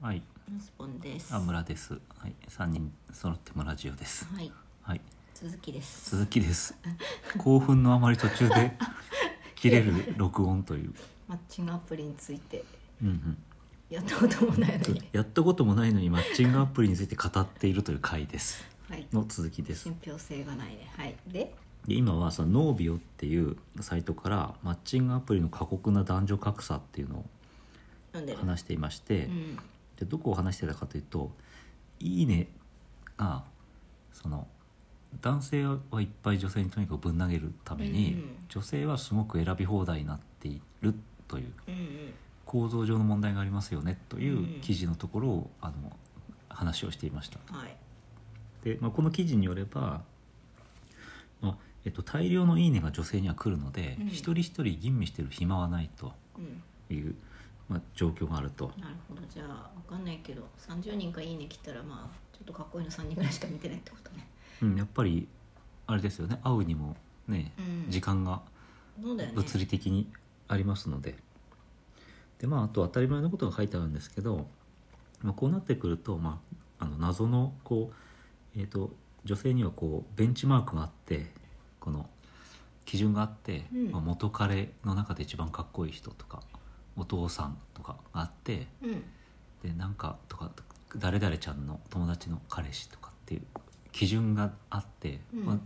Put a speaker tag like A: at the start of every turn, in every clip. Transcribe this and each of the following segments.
A: はい
B: ナスポンです
A: あ
B: は
A: 村ですはい三人揃ってもラジオです
B: い
A: はい
B: 続きです
A: 鈴木です興奮のあまり途中で切れる録音という
B: マッチングアプリについて
A: うんうん
B: やったこともないのに
A: やったこともないのにマッチングアプリについて語っているという回です
B: はい
A: の続きです
B: 信憑性がないねはいで
A: で今はそのノービオっていうサイトからマッチングアプリの過酷な男女格差っていうの
B: 読んで
A: を
B: る
A: 話していまして、
B: うん
A: でどこを話してたかというと「いいねが」その男性はいっぱい女性にとにかくぶん投げるために、
B: うんうん
A: 女性はすごく選び放題になっているという
B: うんうん
A: 構造上の問題がありますよねというんう記事のところを、あの話をしていました。
B: はい
A: で、まあ、この記事によれば、まあえっと、大量の「いいね」が女性には来るので、
B: うん
A: 一人一人吟味してる暇はないと
B: うん
A: いう、まあ、状況があると。
B: なるほどじゃあわかんないけど30人かいいね来たらまあちょっとかっこいいの3人ぐらいしか見てないってことね
A: うん、やっぱりあれですよね会うにもね、
B: うん
A: 時間が
B: そうだよね
A: 物理的にありますので,、でまああと当たり前のことが書いてあるんですけど、まあ、こうなってくると、まあ、あの謎のこう、えー、と女性にはこうベンチマークがあってこの基準があって、
B: うん
A: まあ、元彼の中で一番かっこいい人とかお父さんとかがあって
B: うん
A: でなんかとか誰々ちゃんの友達の彼氏とかっていう基準があって、
B: うん
A: まあ、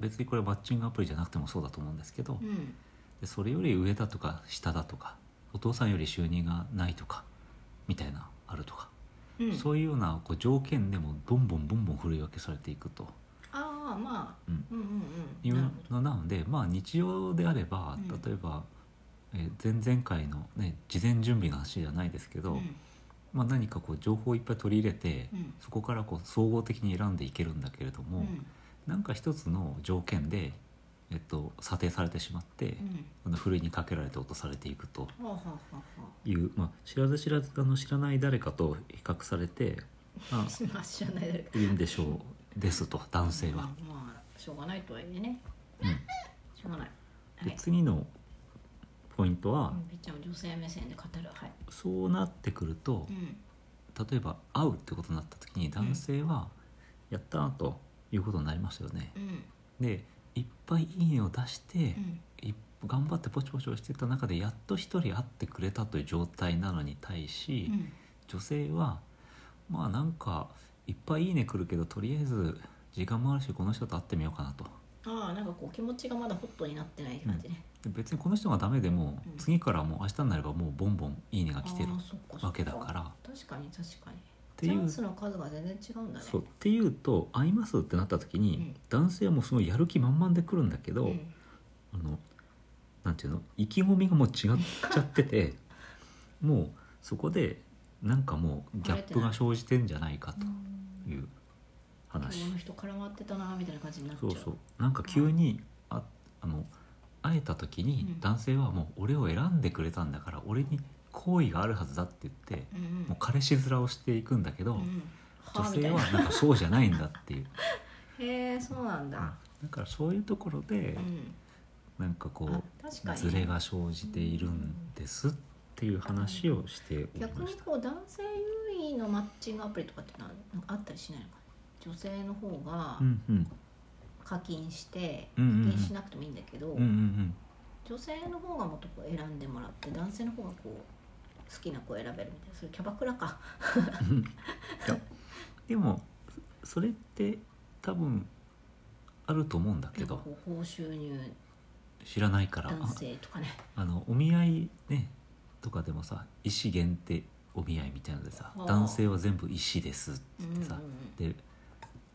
A: 別にこれはマッチングアプリじゃなくてもそうだと思うんですけど、
B: うん
A: でそれより上だとか下だとかお父さんより収入がないとかみたいなあるとか、
B: うん
A: そういうようなこう条件でもボンボンボンボン振り分けされていくと
B: ああまあ、
A: うん
B: うんうん
A: いううん
B: なる
A: のなので、まあ、日常であれば
B: うん
A: 例えば、えー前々回の、ね、事前準備の話じゃないですけ
B: ほ
A: ど、
B: ど
A: まあ、何かこう情報をいっぱい取り入れて、
B: うん
A: そこからこう総合的に選んでいけるんだけれど
B: うんう
A: も、
B: ん
A: なんか一つの条件で、えっと、査定されてしまって、あのふるいにかけられて落とされていくと。
B: うんはあはあはあ は
A: いう、まあ、知らず知らずあの知らない誰かと比較されて「あ
B: あまあ知らないだろうけど
A: いるんでしょう」ですと男性は
B: ま。あ、まあしょうがないとはいえね
A: うん
B: しょうがないは
A: で
B: い
A: 次のポイントは、
B: うん、べっちゃんは女性目線で語るはい
A: そうなってくると
B: うん
A: 例えば会うってことになった時に男性は「やった!」ということになりますよね。
B: うん
A: でいっぱい「いいね」を出して
B: う、ん
A: い頑張ってポチポチ押してた中でやっと一人会ってくれたという状態なのに対し、
B: うん
A: 女性はまあなんかいっぱい「いいね」来るけどとりあえず時間もあるしこの人と会ってみようかなと
B: ああなんかこう気持ちがまだホットになってない感じね、
A: で別にこの人がダメでも、
B: うん
A: 次からもう明日になればもうボンボン「いいね」が来てる
B: あ
A: っ
B: あそっかそっ
A: わけだから
B: 確かに確かに
A: て
B: チ
A: い
B: ャ
A: う
B: ンスの数が全然違うんだね
A: そうっていうと「会います」ってなった時に、
B: うん
A: 男性はもうすごいやる気満々で来るんだけど、
B: うん
A: あのなんていうの意気込みがもう違っちゃって てもうそこでなんかもうギャップが生じてんじゃないかという
B: 今
A: 話
B: 日。の人絡まってたなみたいな感じになっちゃ
A: そううそうなんか急にああの会えた時
B: う
A: に
B: ん
A: 男性はもう俺を選んでくれたんだから俺に好意があるはずだって言って
B: うんうん
A: もう彼氏面をしていくんだけど
B: うんは
A: 女
B: あみた
A: 性
B: い
A: は
B: な
A: なんかそうじゃないんだって いう
B: へえそうなん
A: だ
B: だ
A: からそういうところで
B: うん
A: なんかこ
B: あ
A: う
B: 確かに
A: ズレが生じているんですっていう話をしており
B: 逆
A: ま
B: に
A: した
B: こう男性優位のマッチングアプリとかってなんなんかあったりしないのかな女性の方が
A: うんうん
B: 課金して
A: う
B: 課
A: んうんうん
B: 金しなくてもいいんだけど、
A: うんうんうん
B: 女性の方がもっとこう選んでもらって男性の方がこう好きな子を選べるみたいなそういうキャバクラか
A: うんいやでもそそれって多分あると思うんだけど
B: こう高収入
A: 知らないから
B: 男
A: あ
B: 性とかね
A: あのお見合いねとかでもさ石限定お見合いみたいなのでさ
B: あー
A: 男性は全部石ですって
B: うん
A: 言っ
B: うん
A: てさ、で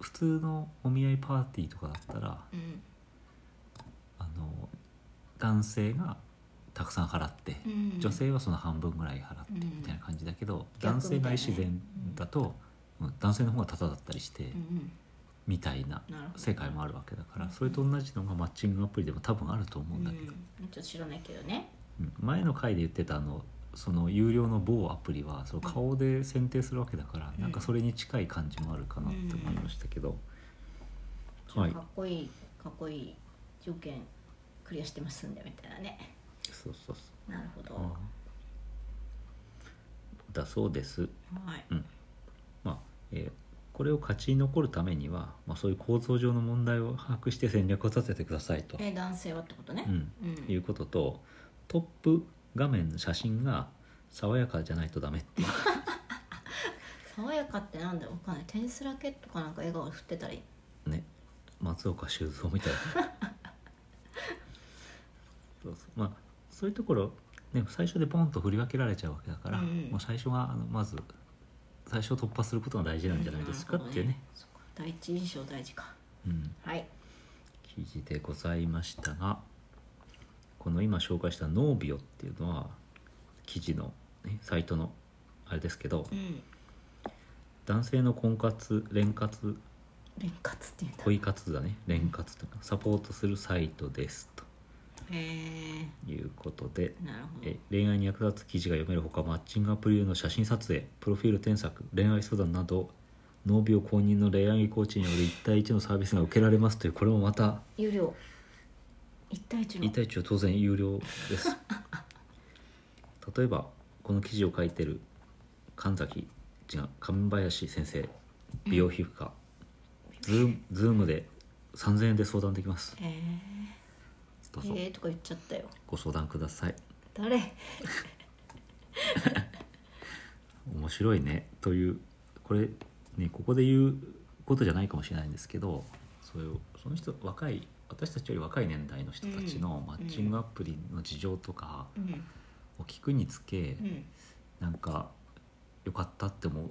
A: 普通のお見合いパーティーとかだったら
B: うん
A: あの男性がたくさん払って、
B: うん
A: 女性はその半分ぐらい払ってみたいな感じだけど、男性が石全だと、うん男性の方がタダだったりして、
B: うん
A: みたいな
B: うんなるほど
A: 世界もあるわけだから
B: うん
A: それと同じのがマッチングアプリでも多分あると思うんだけど、
B: うん、ちょっと知らないけどね
A: うん前の回で言ってたあのその有料の某アプリはその顔で選定するわけだから、
B: うん
A: なんかそれに近い感じもあるかなって思いましたけど、はい
B: かっこいいかっこいい条件クリアしてますんでみたいなね
A: そうそう
B: なるほど、
A: そう、だそうです。
B: はい
A: まあえーこれを勝ち残るためには、まあ、そういう構造上の問題を把握して戦略を立ててくださいと、
B: えー男性はってことね
A: うん、
B: うん、
A: いうこととトップ画面の写真が爽やかじゃないとダメっていう
B: 爽やかってなんだよわかんないテニスラケットかなんか笑顔で振ってたり
A: ね松岡修造みたい なそうそうまあそういうところ、ね、最初でポンと振り分けられちゃうわけだから、
B: うんうん
A: もう最初はあのまず最初突破することが大事なんじゃないですかっていうね、
B: そうか第一印象大事か
A: うん、
B: はい
A: 記事でございましたがこの今紹介した「ノービオ」っていうのは記事の、ね、サイトのあれですけど
B: うん
A: 男性の婚活恋活
B: 連活って言うんだ
A: 恋活だね恋活とかサポートするサイトです
B: へえ
A: ということで
B: なるほど
A: え恋愛に役立つ記事が読めるほかマッチングアプリの写真撮影プロフィール添削恋愛相談など脳病公認の恋愛コーチによる1対1のサービスが受けられますというこれもまた
B: 有料一対一の
A: 1対1は当然有料です 例えばこの記事を書いてる神崎違う神林先生美容皮膚科、ズームズームで3000円で相談できます
B: えー
A: どうぞ
B: えーとか言っちゃったよ
A: ご相談ください
B: 誰
A: 面白いねというこれねここで言うことじゃないかもしれないんですけどそういうその人若い私たちより若い年代の人たちの
B: うん
A: マッチングアプリの事情とか
B: うん
A: を聞くにつけ、
B: うん
A: なんか良かったって 思う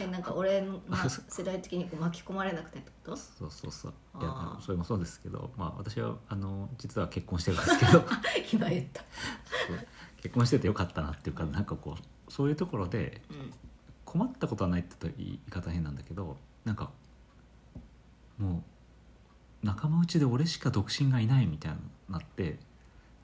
B: えなんか俺の、まあ
A: そ
B: 世代的にこう巻き込まれなくてって こと
A: そうそうそういや
B: あー
A: あのそれもそうですけど、まあ、私はあの実は結婚してるんです けどそう
B: 今言った
A: 結婚しててよかったなっていうかなんかこうそういうところで
B: うん
A: 困ったことはないって言ったら言い方変なんだけどなんかもう仲間内で俺しか独身がいないみたいになって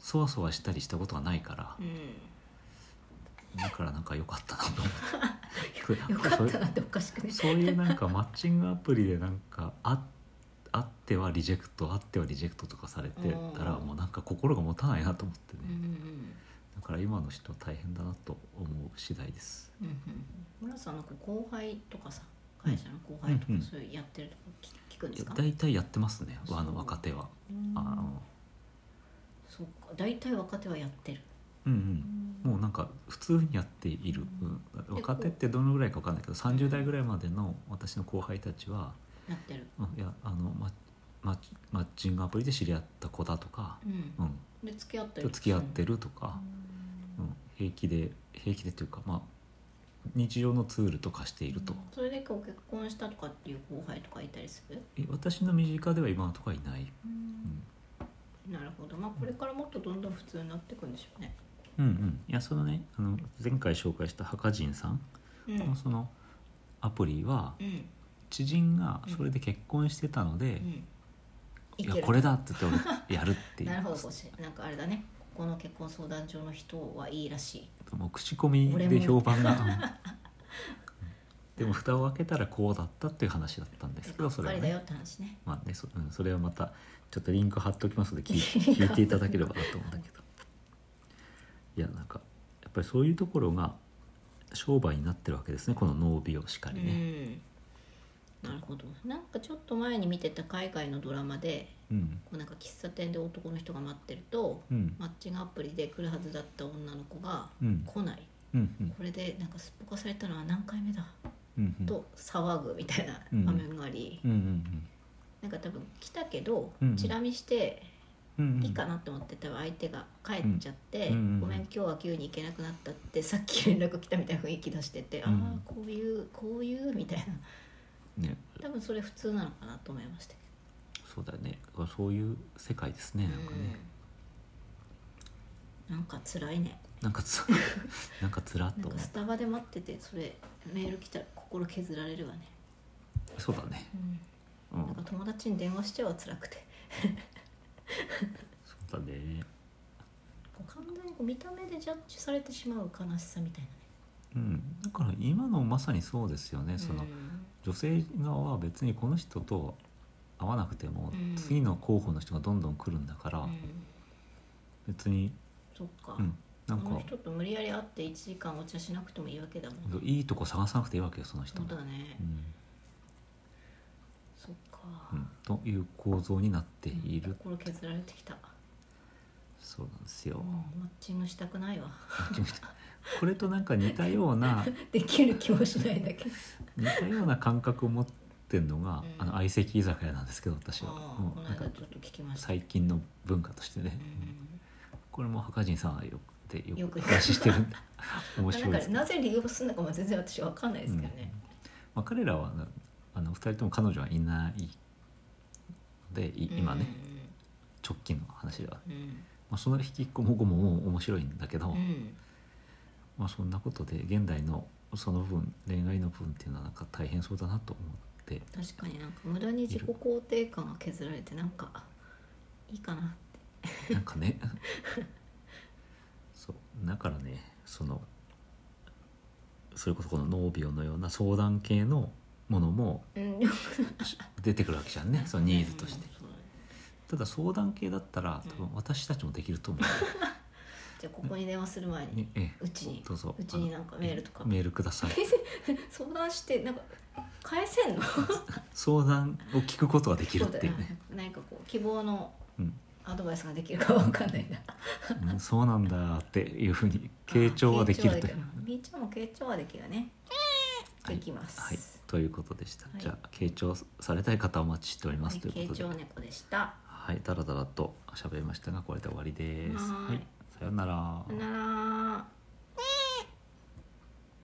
A: そわそわしたりしたことはないから
B: うん
A: だからなんか良かったなと 思って
B: よかったなんておかしくね
A: そういうなんかマッチングアプリでなんかああってはリジェクトあってはリジェクトとかされてたら
B: うん
A: もうなんか心が持たないなと思って
B: うんう
A: ね
B: ん
A: だから今の人は大変だなと思う次第です
B: うんうんうん村さんなんか後輩とかさ会社の後輩とか
A: うんうん
B: そういうやってるとか聞聞くんで
A: いや
B: すか、
A: 大体やってますね
B: そう
A: あの若手は
B: うん
A: あの
B: そうか大体若手はやってる
A: うんうんもうなんか普通にやっている、うん、若手ってどのぐらいか分かんないけど30代ぐらいまでの私の後輩たちは、
B: やってる
A: うん、いやあのママッチマッチングアプリで知り合った子だとか、
B: うん
A: うん、
B: で付き合って
A: と
B: る
A: 付き合ってるとか、うん、平気で平気でというか、まあ、日常のツールと化していると、
B: それで今日結婚したとかっていう後輩とかいたりする
A: え私の身近では今のところはいない、うん
B: なるほどまあこれからもっとどんどん普通になっていくんでしょうね
A: うんうんいやそのねあの前回紹介した墓人さん
B: う
A: の
B: ん
A: そのアプリは
B: うん
A: 知人がそれで結婚してたので
B: う、んい
A: い
B: け
A: や
B: る
A: これだって言って俺やるってい
B: なるほど
A: う
B: こうしなんかあれだねここの結婚相談所の人はいいらしい
A: もう口コミで評判 が。うんでも蓋を開けたらこうだったっていう話だったんですけどそれ
B: ば
A: は
B: りだ
A: ね
B: よって話ね
A: まあねそ,、うん、それはまたちょっとリンク貼っておきますので聞い聞いていただければなと思うんだけどいやなんかやっぱりそういうところが商売になってるわけですねこの脳美容しかりね、
B: うんなるほどなんかちょっと前に見てた海外のドラマで
A: うん
B: こうなんか喫茶店で男の人が待ってると
A: うん
B: マッチングアプリで来るはずだった女の子が
A: うん
B: 来ない
A: うんうん
B: これでなんかすっぽかされたのは何回目だ
A: うんうん
B: と騒ぐみたいな
A: うん
B: 場面があり、
A: うんうん
B: なんか多分来たけど
A: うん
B: チラ見して
A: うんうん
B: いいかなと思って多分相手が帰っちゃって「
A: うんうん
B: ごめん今日は急に行けなくなった」ってさっき連絡来たみたいな雰囲気出してて「
A: うん
B: ああこういうこういう」みたいな
A: ね
B: 多分それ普通なのかなと思いましたけ
A: そうだよねそういう世界ですね
B: ど
A: なんかね、
B: うんなんか辛いね
A: なんかつなんかつらっ
B: な
A: と
B: ん
A: 思
B: か
A: う
B: スタバで待っててそれメール来たら心削られるわね、
A: そうだねうん
B: なんか友達に電話しちゃうは辛くて
A: そうだね
B: こう完全にこう見た目でジャッジされてしまう悲しさみたいなね
A: うんだから今のまさにそうですよね、そうの
B: ん
A: 女性側は別にこの人と会わなくても、
B: うん
A: 次の候補の人がどんどん来るんだから、
B: うん
A: 別に、
B: そっか、
A: うん、なん
B: この
A: か
B: 人と無理やり会って1時間お茶しなくてもいいわけだもんね
A: いいとこ探さなくていいわけよその人
B: そう
A: も
B: だね
A: うん
B: そっか、
A: うん、という構造になっている、
B: 心削られてきた、
A: そうなんですよ
B: うん、マッチングしたくないわ
A: これとなんか似たような
B: できる気もしないだけ
A: 似たような感覚を持ってんのが、
B: うん
A: あの相席居酒屋なんですけど私は
B: ああ
A: も
B: こ
A: う
B: の
A: なんか
B: 間ちょっと聞きました、
A: 最近の文化としてね、
B: う
A: これも墓人さんはよくてよ
B: よく
A: く話して るんで面
B: ん、
A: 白い
B: な
A: で
B: ん
A: す
B: か
A: ね
B: なぜ利用するのかも全然私わかんないですけどね、
A: まあ、彼らはなあの2人とも彼女はいないのでい今ね、直近の話では、
B: うんうん
A: まあ、その引きこもごもも面白いんだけど、
B: うん、うん
A: まあ、そんなことで現代のその分恋愛の分っていうのはなんか大変そうだなと思 って
B: 確かになんか無駄に自己肯定感が削られてなんかいいかな
A: なんかねそうだからねそのそれこそこの脳病のような相談系のものも
B: うんでも
A: 出てくるわけじゃんねそのニーズとして
B: うんそうだね
A: ただ相談系だったら
B: うん
A: 多分私たちもできると思
B: じゃあここに電話する前
A: う、
B: に
A: ねええ
B: うちに
A: どうぞ
B: うちになんかメールとか
A: あのメールくださ い
B: 相談してなんか返せんの
A: 相談を聞くことができるっていうね、
B: そうだよなんかこう希望の
A: うん
B: アドバイスができるかわかんないな
A: うんそうなんだっていうふう に傾聴はできると
B: と
A: いう
B: みーちゃんも傾聴はできるよね
A: はい
B: できます
A: はい、ということでした。
B: はい
A: じゃあ、傾聴されたい方お待ちしておりま
B: は
A: す、
B: い
A: というこ
B: 傾
A: と
B: 聴
A: で。
B: 猫でした
A: はい、だらだらと喋りましたが、これで終わりです。
B: はー
A: は
B: い
A: い、さようなら
B: さよなら